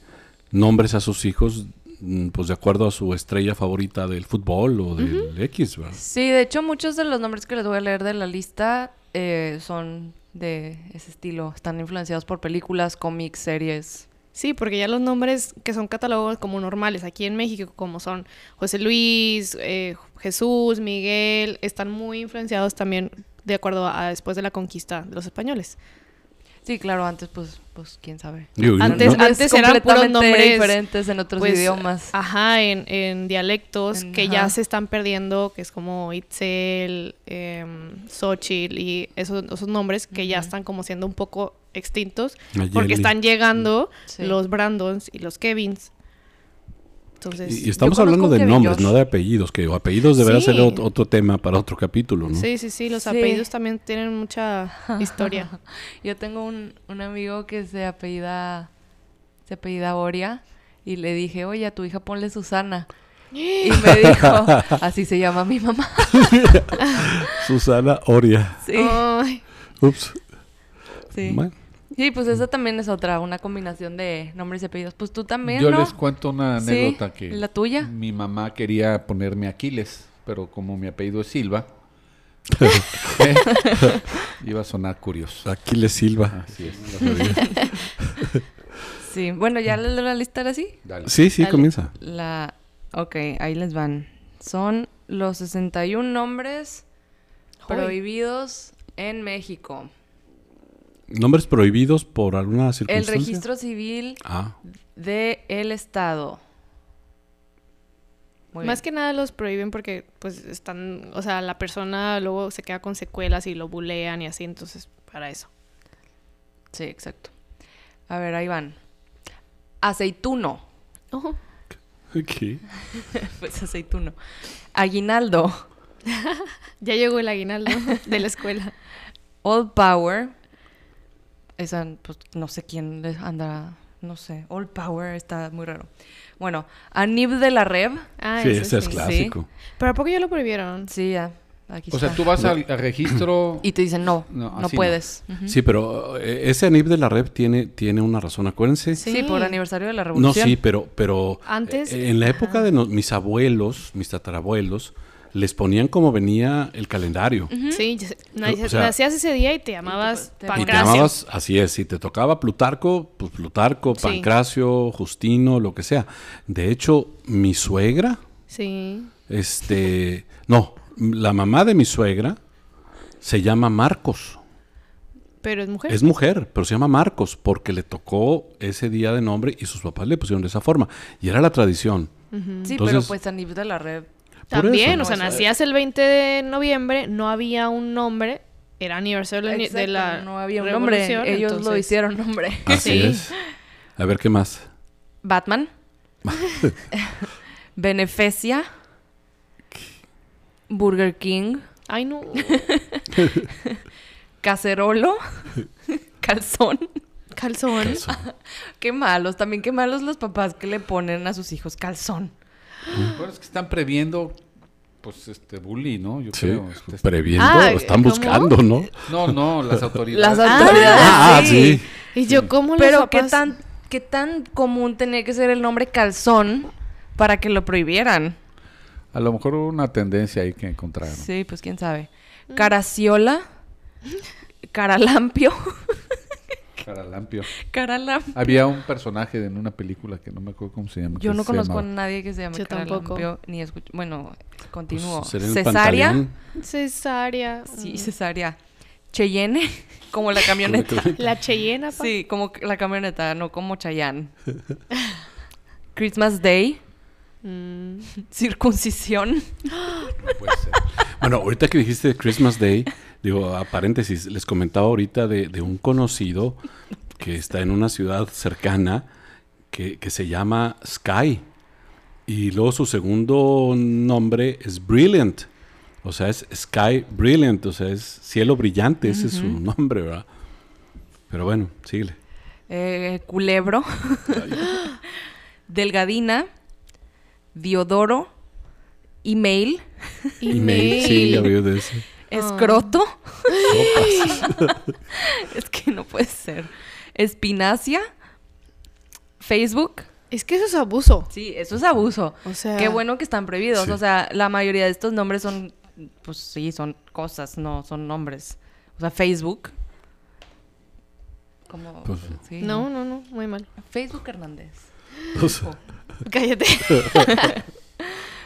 nombres a sus hijos, mm, pues de acuerdo a su estrella favorita del fútbol o del X, ¿verdad? Sí, de hecho muchos de los nombres que les voy a leer de la lista eh, son de ese estilo. Están influenciados por películas, cómics, series. Sí, porque ya los nombres que son catalogados como normales aquí en México, como son José Luis, eh, Jesús, Miguel, están muy influenciados también de acuerdo a, a después de la conquista de los españoles. Sí, claro, antes pues, pues quién sabe. Digo, y no- Antes- no- antes eran puros nombres, diferentes en otros Pues, idiomas. Ajá, en, en dialectos En- que ajá. ya se están perdiendo, que es como Itzel, em, Xochitl y esos, esos nombres que ya están como siendo un poco extintos porque Nayeli. están llegando Sí. los Brandons y los Kevins. Entonces, y, y estamos yo hablando conozco de Kevin nombres, George. no de apellidos, que apellidos deberá Sí. ser ot- otro, tema para otro capítulo, ¿no? Sí, sí, sí, los Sí. apellidos también tienen mucha *laughs* historia. Yo tengo un, un amigo que se apellida, se apellida Oria y le dije, oye, a tu hija ponle *gasps* Susana. Y me dijo, así se llama mi mamá. Susana Oria. Sí, Ay, Ups. sí. Bueno, Sí, pues esa también es otra, una combinación de nombres y apellidos. Pues tú también, Yo ¿no? les cuento una Sí, anécdota que... ¿La tuya? Mi mamá quería ponerme Aquiles, pero como mi apellido *laughs* es Silva... eh, iba a sonar curioso. Ah. Aquiles Silva. Así es. Sí, bueno, ¿ya la, la lista era así? Dale. Sí, sí, Dale. comienza. La... Ok, ahí les van. Son los 61 nombres Joy. prohibidos en México. Nombres prohibidos por alguna El circunstancia. registro civil Ah, del Estado. Muy Más bien. que nada los prohíben porque pues están, o sea, la persona luego se queda con secuelas y lo bulean y así, entonces para eso. Sí, exacto. A ver, ahí van. Aceituno. *laughs* Ojo. ok. Pues aceituno. Aguinaldo. Ya llegó el *laughs* aguinaldo de la escuela. All Power. Esa, pues, no sé quién le andará. No sé. All Power está muy raro. Bueno, Anib de la Rev. Ah, sí, eso ese es sí. clásico. Pero ¿a poco ya lo prohibieron? Sí, ya. Aquí O sea, está. tú vas al, al registro. Y te dicen, no, No, no, así no. puedes. Ujú. Sí, pero eh, ese ANIP de la red tiene, tiene una razón, acuérdense. Sí, por aniversario de la No, revolución. sí, pero, pero Antes- eh, en la época de no- mis abuelos, mis tatarabuelos, les ponían como venía el calendario. Sí, ya sé. Nacías- O sea- nacías ese día y te llamabas Y te- Y te Pancracio. llamabas, así es, si te tocaba Plutarco, pues Plutarco, Sí. Pancracio, Justino, lo que sea. De hecho, mi suegra, Sí. este, no, la mamá de mi suegra se llama Marcos. Pero es mujer. Es mujer, pero se llama Marcos porque le tocó ese día de nombre y sus papás le pusieron de esa forma. Y era la tradición. Sí, pero Entonces- pues Anib de la Rev. por También, eso. o sea, No, eso- nacías el 20 de noviembre, no había un nombre, era aniversario de la- de Exacto, la no había un nombre. revolución, Ellos lo entonces- hicieron nombre. *laughs* Así *laughs* Sí. es. A ver qué más. *laughs* Batman. Beneficia. Burger King. *laughs* Ay, no. *laughs* Cacerolo. Calzón. Calzón. Calzón. Qué malos, también qué malos los papás que le ponen a sus hijos calzón. Bueno, es que están previendo, pues, este bullying, ¿no? Yo Sí, creo. este, previendo, Ah, están ¿cómo? buscando, ¿no? No, no, las Las autoridades. autoridades. Ah, sí. sí. Y yo, ¿cómo los Pero qué papás? tan, qué tan común tenía que ser el nombre calzón para que lo prohibieran. A lo mejor hubo una tendencia ahí que encontraron. Sí, pues quién sabe. Mm. Caraciola. *laughs* Caralampio. Caralampio. Caralampio. Había un personaje en una película que no me acuerdo cómo se llama. Yo que no se conozco a llamaba. nadie que se llame Yo tampoco. Caralampio. Ni escucho. Bueno, Pues, continúo. será el cesárea. pantaleón. Cesárea. Mm. Sí, cesárea. Cheyenne. *laughs* Como la camioneta. La Cheyenne, pa. Sí, como c- la camioneta, no como *laughs* Chayanne. Christmas Day, Mm. circuncisión. *laughs* Bueno, ahorita que dijiste Christmas Day, digo, a paréntesis, les comentaba ahorita de, de un conocido que está en una ciudad cercana que, que se llama Sky. Y luego su segundo nombre es Brilliant. O sea, es Sky Brilliant. O sea, es cielo brillante. Ese es su nombre, ¿verdad? Pero bueno, síguele. Eh, culebro. Delgadina. Diodoro. Email. Email, Sí, ya veo de ese. *laughs* Escroto. es que no puede ser. Espinacia. Facebook. Es que eso es abuso. Sí, eso es abuso. O sea. Qué bueno que están prohibidos. Sí. O sea, la mayoría de estos nombres son, pues sí, son cosas, no son nombres. O sea, Facebook. Como, Pues, sí, No, no, no, muy mal. *laughs* Facebook Hernández. O sea, *laughs* Cállate.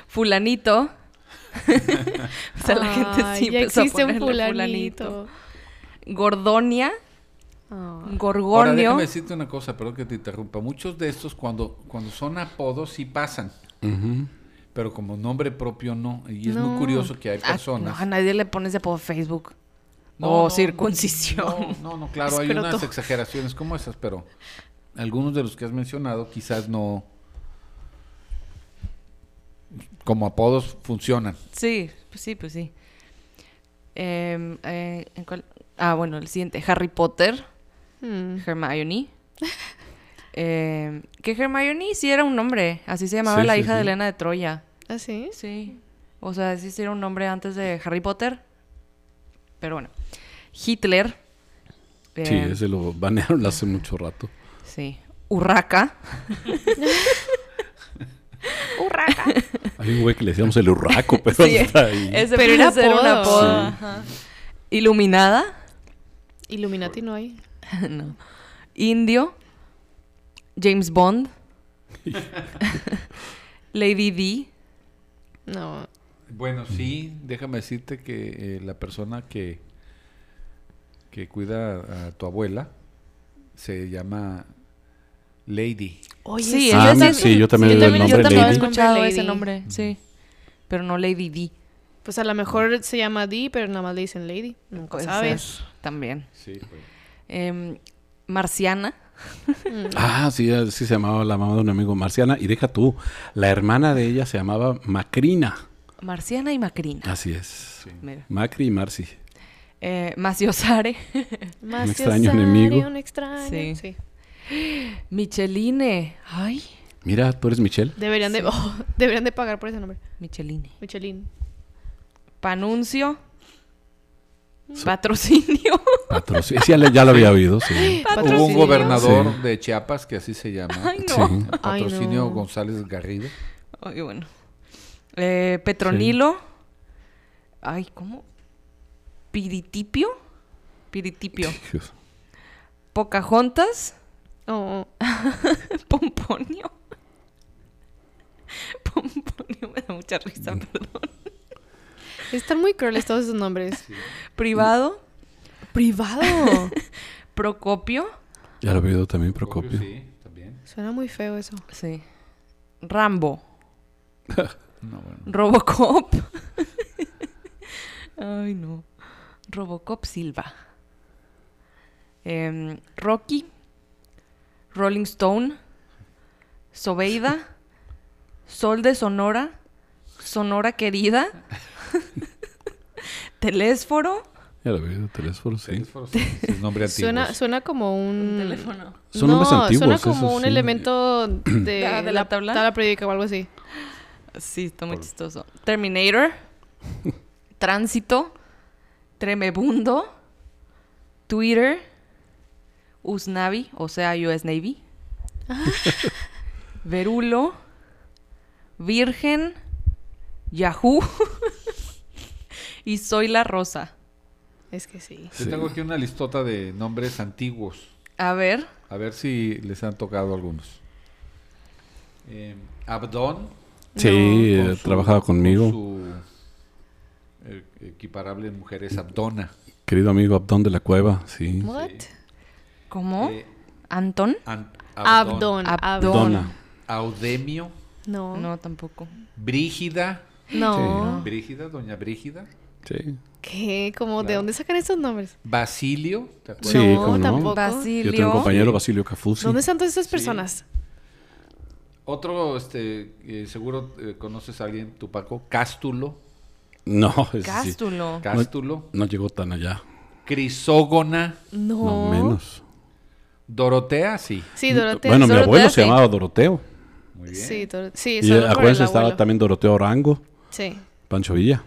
Fulanito. *laughs* o sea, la gente Ay, sí ya empezó a existe un ponerle fulanito. Gordonia. Ay. Ahora, Gorgonio. déjame decirte una cosa, perdón que te interrumpa. Muchos de estos, cuando, cuando son apodos, sí pasan. ujú. Pero como nombre propio, no. Y es No. muy curioso que hay Ah, no, personas. a nadie le pone ese apodo Facebook. No, o no, circuncisión. No, no, *laughs* no, claro, hay Escroto. unas exageraciones como esas, pero algunos de los que has mencionado quizás no. Como apodos funcionan. Sí, pues sí, pues sí. Em, eh, ¿en cuál? Ah, bueno, el siguiente. Harry Potter. Mm. *laughs* Hermione. Eh, que Hermione sí era un nombre. Así se llamaba Sí, la sí, hija de sí. Elena de Troya. ¿Así? es? Sí. O sea, sí sí era un nombre antes de Harry Potter. Pero bueno. Hitler. Eh, Sí, ese lo banearon hace mucho rato. sí. Urraca. Hay un güey que le decíamos el urraco, pero Sí, hasta ahí. Ese Pero puede era ser un apodo. apodo, Sí. ajá. Iluminada. Illuminati no hay. no. Indio. James *laughs* Bond, Lady D, No. Bueno, sí, déjame decirte que eh, la persona que, que cuida a tu abuela se llama Lady. Oye, Sí, Ah, mira, sí, yo también le doy el yo nombre también No he Lady. el nombre escuchado ese Lady. nombre, sí. Pero no Lady D. Pues a lo mejor se llama Dee, pero nada más le dicen Lady. Nunca Puede sabes. ser, pues, También. Sí, pues. Em, Marciana. Ah, sí, así se llamaba la mamá de un amigo, Marciana. Y deja tú, la hermana de ella se llamaba Macrina. Marciana y Macrina. Así es. Mira. Macri y Marci. Eh, Maciosare. Más Un te extraño sale enemigo. Un extraño. Sí. Sí. *laughs* Micheline. Ay, Mira, tú eres Michelle. Deberían, De, *laughs* oh, deberían de pagar por ese nombre. Micheline. Michelin. Panuncio. Patrocinio. Patrocinio. Sí, ya, le- ya lo había oído, sí. Hubo un Patrocinio. gobernador Sí. de Chiapas que así se llama. Ah, Ay, no. Sí. Ay, Patrocinio no. González Garrido. Ay, bueno. Eh, Petronilo. Ay, ¿cómo? Piritipio. Piritipio. Dios. Pocahontas. Oh, Pomponio. *laughs* Pomponio me da mucha risa, perdón. están muy crueles todos esos nombres. Privado. Privado. Procopio. Ya lo había oído también, Procopio. Sí, también. Suena muy feo eso. Sí. Rambo. No, bueno. Robocop. *laughs* Ay, no. Robocop Silva. Em, Rocky. Rolling Stone. Sobeida. Sol de Sonora. Sonora querida. *laughs* Telésforo. Ya lo había oído, Telésforo, sí. *laughs* Telésforo, sí, es un nombre antiguo. Suena, suena como un... Son no, nombres antiguos, suena como eso un sí. elemento de, Ah, ¿de la tabla? periódica o algo así. Sí, está muy chistoso. *laughs* Terminator. Tránsito. Tremebundo. Twitter. Usnavi, o sea, US *laughs* Navy. Verulo. Virgen. Yahoo. *laughs* y Soy la Rosa. Es que sí. Yo tengo aquí una listota de nombres antiguos. A ver. A ver si les han tocado algunos. Eh, Abdón. Sí, con eh, su- trabajaba con conmigo. su, eh, equiparable en mujeres, Abdona. Querido amigo Abdón de la Cueva, sí. What? ¿Cómo? Eh, ¿Antón? An- Abdón. Abdon. Abdon. Dona. Audemio. No. No. No, tampoco. Brígida. Ah. No. Brígida, doña Brígida. Sí. ¿Qué? ¿Cómo de Claro. dónde sacan esos nombres? Basilio. ¿te acuerdas? Sí, no, cómo no. Yo tengo tampoco. un Basilio. compañero, Basilio Cafú, sí. ¿Dónde están todas esas personas? Otro, este, eh, seguro eh, conoces a alguien, tu Paco. Cástulo. No, *laughs* ese sí. Cástulo. Cástulo. No llegó tan allá. Crisógona. No. No, menos. Dorotea, sí. Sí, Dorotea. Bueno, mi Dorotea, abuelo se sí. llamaba Doroteo. Muy bien. Sí, Dor- sí, Y solo por el acuérdense, estaba abuelo. también Doroteo Orango, Sí. Pancho Villa.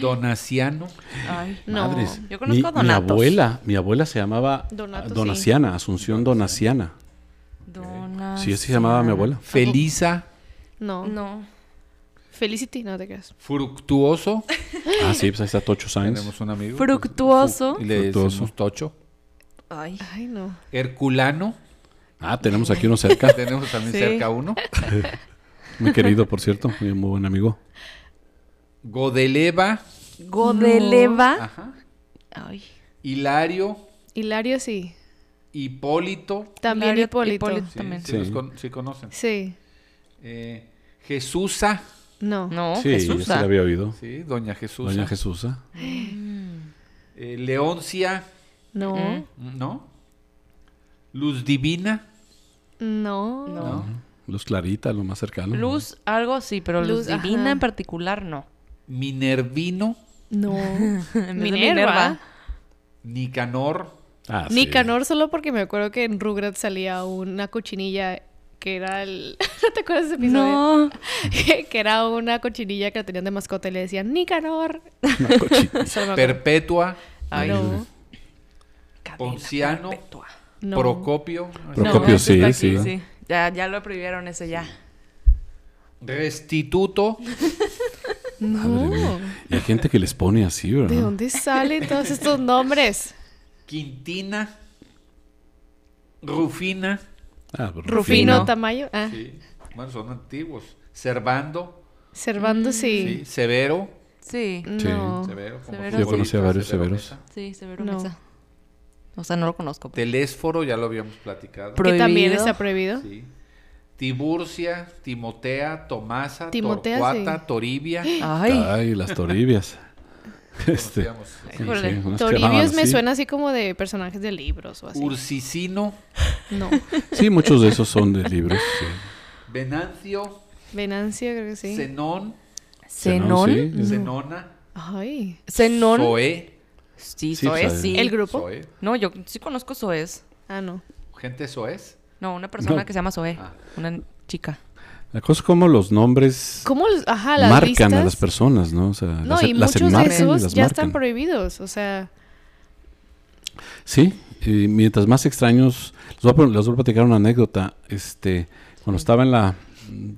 Donaciano. Ay, No. Madres. Yo conozco mi, a mi Donatos. abuela, mi abuela se llamaba Donato, sí. Donaciana, Asunción Donaciana. Dona. Sí, así se llamaba mi abuela. Felisa. No. No. Felicity, no te creas. Fructuoso. Ah, sí, pues ahí está Tocho Sáenz. Tenemos un amigo. pues, Fructuoso. Fu- Y le Fructuoso. decimos tocho. Ay. Ay, no. Herculano. Ah, tenemos aquí uno *laughs* cerca. Tenemos también Sí. cerca uno. Muy querido, por cierto. Muy, muy buen amigo. Godeleva. Ah. Godeleva. Ajá. Ay. Hilario. Hilario sí. Hipólito. También Hilario- Hipólito. Hipólito. Sí, También. sí Sí. los con- sí conocen. Sí. Eh, Jesusa. No. No, sí, Jesús. se le había oído. Sí, doña Eh, Jesús. Doña Jesusa. Leoncia. No. ¿No? Luz Divina. No. No. Luz Clarita, lo más cercano. ah, Luz, algo sí, pero luz, Luz, ajá. divina en particular no. Minervino. *laughs* *laughs* No. En vez de Minerva. Nicanor. Ah, sí. Nicanor solo porque me acuerdo que en Rugrats salía una cochinilla que era el... *laughs* ¿No te acuerdas de ese episodio? No. *laughs* que era una cochinilla que la tenían de mascota y le decían Nicanor. *laughs* Una cochita. Solo me acuerdo. Perpetua. Ay, no. Cadena Ponciano. perpetua. No. Procopio. Procopio, No, ese sí, está sí. Ya, ya lo prohibieron ese ya. Restituto. Madre mía. Y hay gente que les pone así, ¿verdad? Oh. ¿De dónde salen todos estos nombres? Quintina. Rufina. Ah, Rufino Rufino. Tamayo. Ah, Sí. Bueno, son antiguos. Servando, Servando, sí. sí. Severo. Sí, Sí. No. Severo. Severo. como futbolista, Yo conocí a varios Severo Severos. Mesa. sí, Severo No. Mesa. O sea, no lo conozco. pues. Telésforo, ya lo habíamos platicado. Pro- Que también Prohibido. está prohibido. Sí. Tiburcia, Timotea, Tomasa, Timotea, Torcuata, sí. Toribia. Ay, Ay, las toribias. *laughs* este, Conocíamos. sí, sí, Híjole. unas que Ah, llamaban Toribios me así. suena así como de personajes de libros o así. Ursicino, No. Sí, muchos de esos son de libros. sí. Venancio, Venancio, creo que sí. Zenón, Zenón. Sí, es- Zenona, Ay. Zenón. Zoé. Sí, Sí, pues, Soez, Zoe. sí. ¿El grupo? Zoé. No, yo sí conozco Soez. Ah, no. Gente Soez. No, una persona No. que se llama Zoe. Ah. Una chica. La cosa es como los nombres ¿Cómo? los- Ajá, las marcan listas. a las personas, ¿no? O sea, No, las, y las muchos de enmarcan y esos las ya están marcan. prohibidos. O sea, Sí, y mientras más extraños, les voy, a, pon- les voy a platicar una anécdota. Este, cuando estaba en la,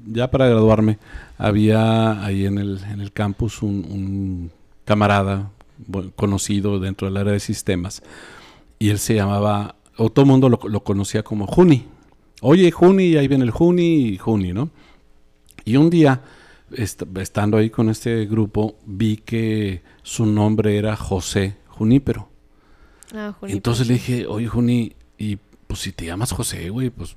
ya para graduarme, había ahí en el, en el campus un, un camarada bu- conocido dentro del área de sistemas y él se llamaba, o todo el mundo lo, lo conocía como Juni. Oye, Juni, y ahí viene el Juni y Juni, ¿no? Y un día, est- estando ahí con este grupo, vi que su nombre era José Junípero. ah, Junípero. Entonces le dije, oye, Juni, y pues si te llamas José, güey, pues,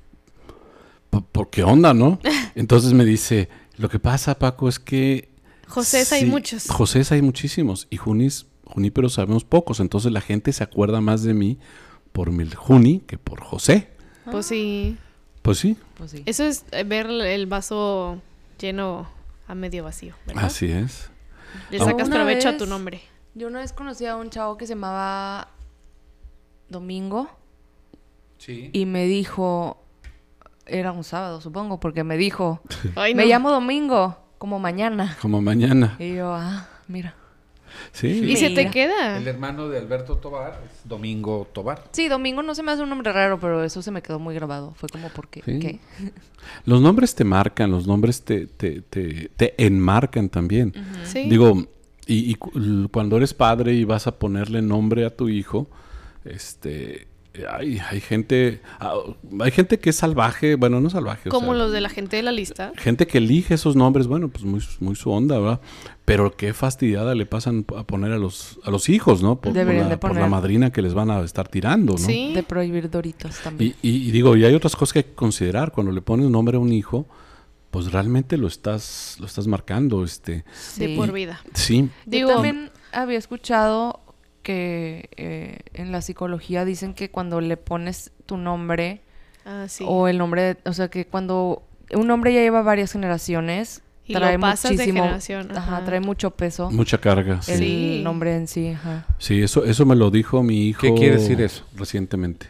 po- ¿por qué onda, *laughs* no? Entonces me dice, lo que pasa, Paco, es que... José, hay sí, muchos. Josés hay muchísimos, y Junis, Juníperos sabemos pocos, entonces la gente se acuerda más de mí por mi Juni que por José. Pues sí. Pues sí, Pues sí. Eso es eh, ver el vaso lleno a medio vacío. ¿verdad? así es. Le Ah. sacas Una provecho a vez- tu nombre. Yo una vez conocí a un chavo que se llamaba Domingo Sí. y me dijo, era un sábado supongo, porque me dijo, Ay, me no. llamo Domingo, como mañana. Como mañana. Y yo, ah, mira. Sí. Y se te Mira. queda. El hermano de Alberto Tobar es Domingo Tobar. Sí, Domingo no se me hace un nombre raro, pero eso se me quedó muy grabado. Fue como, ¿por qué? Sí. ¿Qué? Los nombres te marcan, los nombres te, te, te, te enmarcan también. Sí. Digo, y, y cu- l- cuando eres padre y vas a ponerle nombre a tu hijo, este, eh, hay, hay gente, ah, hay gente que es salvaje, bueno, no salvaje, o como sea, los de la gente de la lista. gente que elige esos nombres, bueno, pues muy, su- muy su onda, ¿verdad? Pero qué fastidiada le pasan p- a poner a los, a los hijos, ¿no? Por, por Deberían la, de por la poner. madrina que les van a estar tirando, ¿no? Sí. De prohibir Doritos también. Y, y- y digo, y hay otras cosas que hay que considerar. Cuando le pones nombre a un hijo, pues realmente lo estás, lo estás marcando, este. De Sí. por vida. Sí, Digo- Yo también había escuchado que eh, en la psicología dicen que cuando le pones tu nombre Ah, sí. o el nombre, de- o sea, que cuando un nombre ya lleva varias generaciones, Y lo pasas de generación, ajá, ajá. trae mucho peso mucha carga. sí. el Sí. nombre en sí, ajá. Sí, eso, eso me lo dijo mi hijo. ¿Qué quiere decir eso? Recientemente.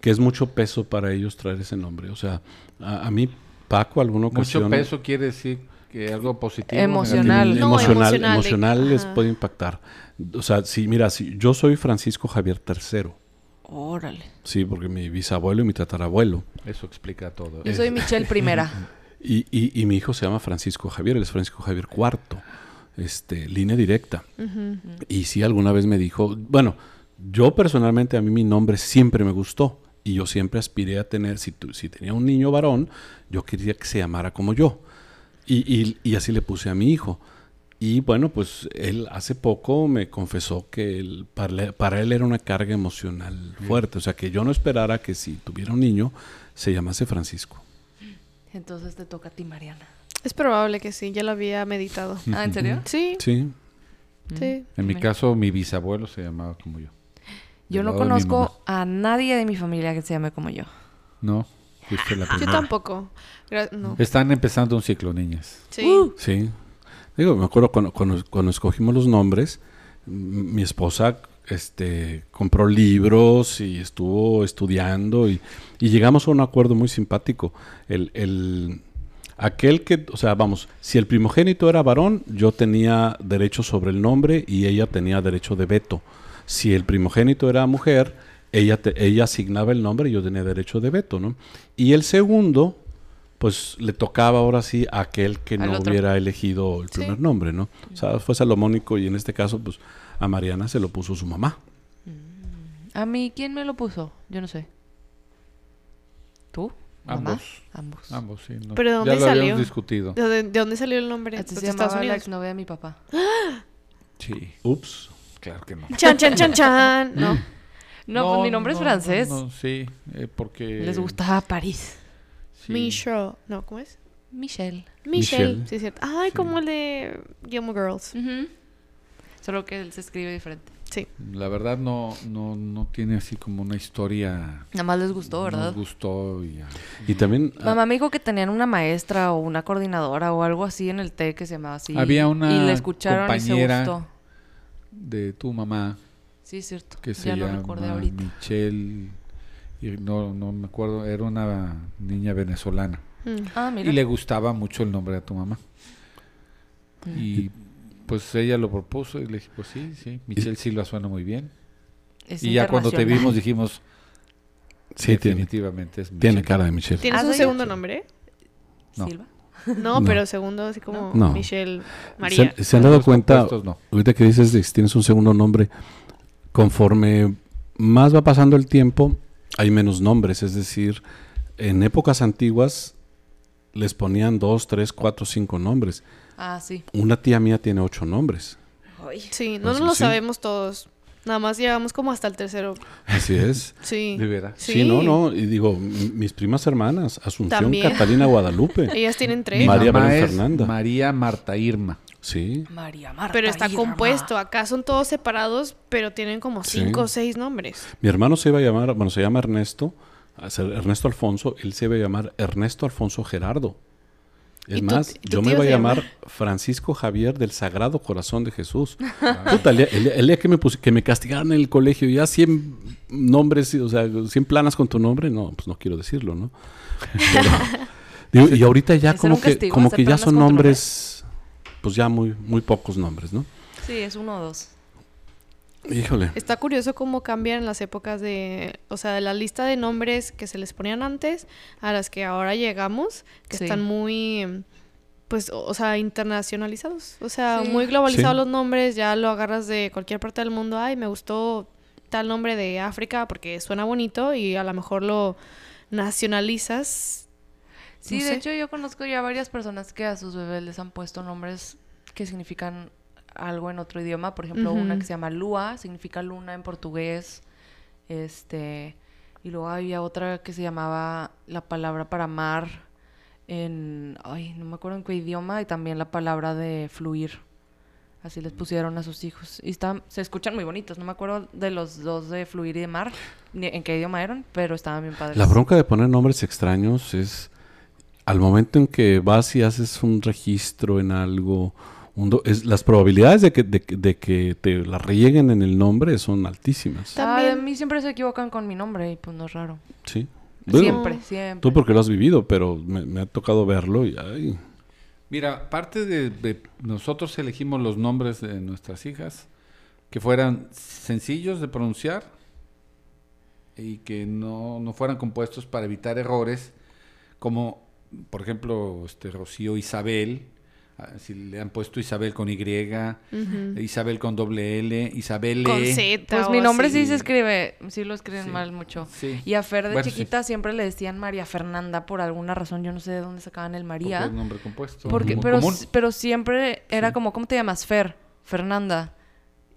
Que es mucho peso para ellos traer ese nombre. O sea, a, a mí, Paco, alguna ocasión. Mucho peso quiere decir que algo positivo. Emocional. el No, emocional, emocional, de- emocional les ajá. puede impactar. O sea, sí, mira, si yo soy Francisco Javier III. Órale. Sí, porque mi bisabuelo y mi tatarabuelo. negativo. Eso explica todo. Yo soy Michelle Primera. Y, y- y mi hijo se llama Francisco Javier, él es Francisco Javier IV, este, línea directa. Y sí, alguna vez me dijo, bueno, yo personalmente a mí mi nombre siempre me gustó y yo siempre aspiré a tener, si, tu- si tenía un niño varón, yo quería que se llamara como yo. Y, y- y así le puse a mi hijo. Y bueno, pues él hace poco me confesó que él- para, le- para él era una carga emocional fuerte, o sea que yo no esperara que si tuviera un niño se llamase Francisco. *laughs* Entonces te toca a ti, *laughs* Mariana. Es probable que sí, ya lo había meditado. Ah, ¿en serio? Sí, Sí, sí. En mi caso, mi bisabuelo se llamaba como yo. Yo Del no lado de mi conozco mamá. a nadie de mi familia que se llame como yo. No, fuiste Ah, la Yo primera. tampoco. Gra- no. Están empezando un ciclo, niñas. Sí. Uh, Sí. Digo, me acuerdo cuando, cuando- cuando escogimos los nombres, m- mi esposa este, compró libros y estuvo estudiando y, y llegamos a un acuerdo muy simpático. El, el- aquel que, o sea, vamos, si el primogénito era varón, yo tenía derecho sobre el nombre y ella tenía derecho de veto. Si el primogénito era mujer, ella, te- ella asignaba el nombre y yo tenía derecho de veto, ¿no? Y el segundo, pues le tocaba ahora sí a aquel que Al no otro. hubiera elegido el primer nombre, ¿no? O sea, fue salomónico y en este caso, pues a Mariana se lo puso su mamá. A mí, ¿quién me lo puso? Yo no sé. ¿Tú? ¿Mamá? Ambos. Ambos. Ambos, sí. no- ¿Pero de dónde ya lo salió? habíamos discutido. ¿De dónde, de dónde salió el nombre? Así Pues, Este se de Estados llamaba la Unidos. exnovia de mi papá. Sí, Ups. claro que no. Chan, chan, chan, chan. No. No, pues mi nombre es no, francés. no, no, sí, eh, porque... Les gustaba París. sí. Michelle. No, ¿cómo es? Michelle. Michelle. Michelle. Sí, es cierto. Ay, Sí. como el de Gilmore Girls. Ujú. Solo que él se escribe diferente. Sí. La verdad no, no, no tiene así como una historia... Nada más les gustó, ¿verdad? Nos gustó y ya. Y también ah, Mamá me dijo que tenían una maestra o una coordinadora o algo así en el TEC que se llamaba así. Había una Y le escucharon compañera- y se gustó. de tu mamá Sí, es cierto. que se ya lo llama recordé ahorita. Michelle y no, no me acuerdo, era una niña venezolana Mm. Ah, mira. y le gustaba mucho el nombre a tu mamá. Mm. Y pues ella lo propuso y le dije, pues sí, sí, Michelle sí lo suena muy bien. Es y ya cuando te internacional. vimos dijimos, sí, tiene, definitivamente es tiene Michelle. cara de Michelle. ¿Tienes Ah, un soy- *laughs* segundo nombre? No. Silva. No, No. pero segundo así como No. Michelle María. ¿Se, se han dado Los cuenta, compuestos no. ahorita que dices de que tienes un segundo nombre, conforme más va pasando el tiempo, hay menos nombres. Es decir, en épocas antiguas les ponían dos, tres, cuatro, cinco nombres. Ah, sí. Una tía mía tiene ocho nombres. Sí, no Pues, nos lo sí. sabemos todos. Nada más llegamos como hasta el tercero. Así es. Sí. De veras. Sí, no, no. Y digo, m- mis primas hermanas, Asunción, También. Catalina, Guadalupe. Ellas tienen tres. Mi María mamá Belén es Fernanda. María Marta Irma. Sí. María Marta. Pero está Irma. compuesto. Acá son todos separados, pero tienen como Sí. cinco o seis nombres. Mi hermano se iba a llamar, bueno, se llama Ernesto, a ser Ernesto Alfonso, él se iba a llamar Ernesto Alfonso Gerardo. ¿Y Es tú- más, tú te yo me ibas iba a a llamar? llamar Francisco Javier del Sagrado Corazón de Jesús. Puta, el, día- el día- el día que me, pus- que me castigaron en el colegio, ya 100 nombres, o sea, 100 planas con tu nombre, no, pues no quiero decirlo, ¿no? Pero, digo, y ahorita ya ¿Ese era como un que, castigo, como hacer que ya planas con son tu nombre? nombres, pues ya muy, muy pocos nombres, ¿no? Sí, es uno o dos. Híjole. Está curioso cómo cambian las épocas de, o sea, de la lista de nombres que se les ponían antes a las que ahora llegamos, que Sí. están muy, pues, o o sea, internacionalizados. O sea, Sí. muy globalizados Sí. los nombres, ya lo agarras de cualquier parte del mundo. Ay, me gustó tal nombre de África porque suena bonito y a lo mejor lo nacionalizas. Sí, No de sé. hecho yo conozco ya varias personas que a sus bebés les han puesto nombres que significan algo en otro idioma. Por ejemplo, una Ujú. que se llama Lua, significa luna en portugués. Este, y luego había otra que se llamaba la palabra para mar en, ay, no me acuerdo en qué idioma, y también la palabra de fluir. Así les pusieron a sus hijos. Y están, se escuchan muy bonitos. No me acuerdo de los dos de fluir y de mar, ni en qué idioma eran, pero estaban bien padres. La bronca de poner nombres extraños es al momento en que vas y haces un registro en algo, un do- es, las probabilidades de que, de, que- de que te la rieguen en el nombre son altísimas. Ah, a También- mí siempre se equivocan con mi nombre y pues no es raro. ¿sí? Digo, siempre, siempre. Tú porque lo has vivido, pero me, me ha tocado verlo y ay, Mira, parte de, de- nosotros elegimos los nombres de nuestras hijas que fueran sencillos de pronunciar y que no, no fueran compuestos para evitar errores, como por ejemplo este Rocío Isabel, ah, si le han puesto Isabel con Y, Ujú. Isabel con doble L, Isabel Con E. Z. Pues o mi nombre así. sí se escribe, sí lo escriben Sí. mal mucho. Sí. Y a Fer de Bueno, sí. chiquita siempre le decían María Fernanda por alguna razón, yo no sé de dónde sacaban el Porque María. es nombre compuesto. Porque, muy pero, común. s- pero siempre era Sí. como, ¿cómo te llamas? Fer, Fernanda.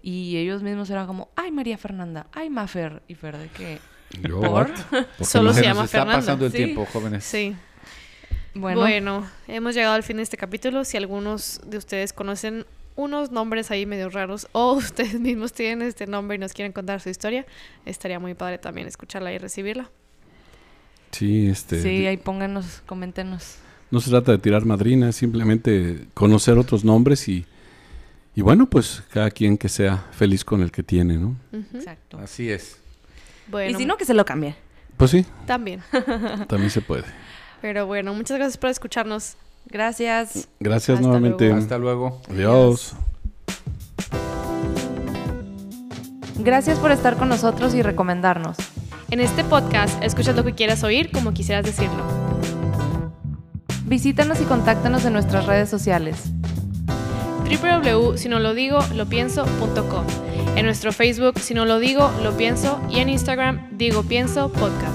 Y ellos mismos eran como, ay María Fernanda, ay Mafer. Y Fer de que, Oh, yo, ¿por? ¿por qué Solo no? se nos llama está Fernando. pasando el Sí. tiempo, jóvenes. Sí. *laughs* Bueno, Bueno. hemos llegado al fin de este capítulo. Si algunos de ustedes conocen unos nombres ahí medio raros o *laughs* ustedes mismos tienen este nombre y nos quieren contar su historia, estaría muy padre también escucharla y recibirla. Sí, este, sí, ahí pónganos, coméntenos. no se trata de tirar madrina, es simplemente conocer otros nombres y, y bueno, pues cada quien que sea feliz con el que tiene, ¿no? Exacto. Así es. Bueno, Y si no, que se lo cambie. Pues *laughs* sí, también. *laughs* también se puede. Pero bueno, muchas gracias por escucharnos. Gracias. Gracias Hasta nuevamente. luego. Hasta luego. Adiós. Gracias por estar con nosotros y recomendarnos. En este podcast, escucha lo que quieras oír como quisieras decirlo. Visítanos y contáctanos en nuestras redes sociales. www.sinolodigolopienso.com. En nuestro Facebook, Si No Lo Digo, Lo Pienso y en Instagram, Digo Pienso Podcast.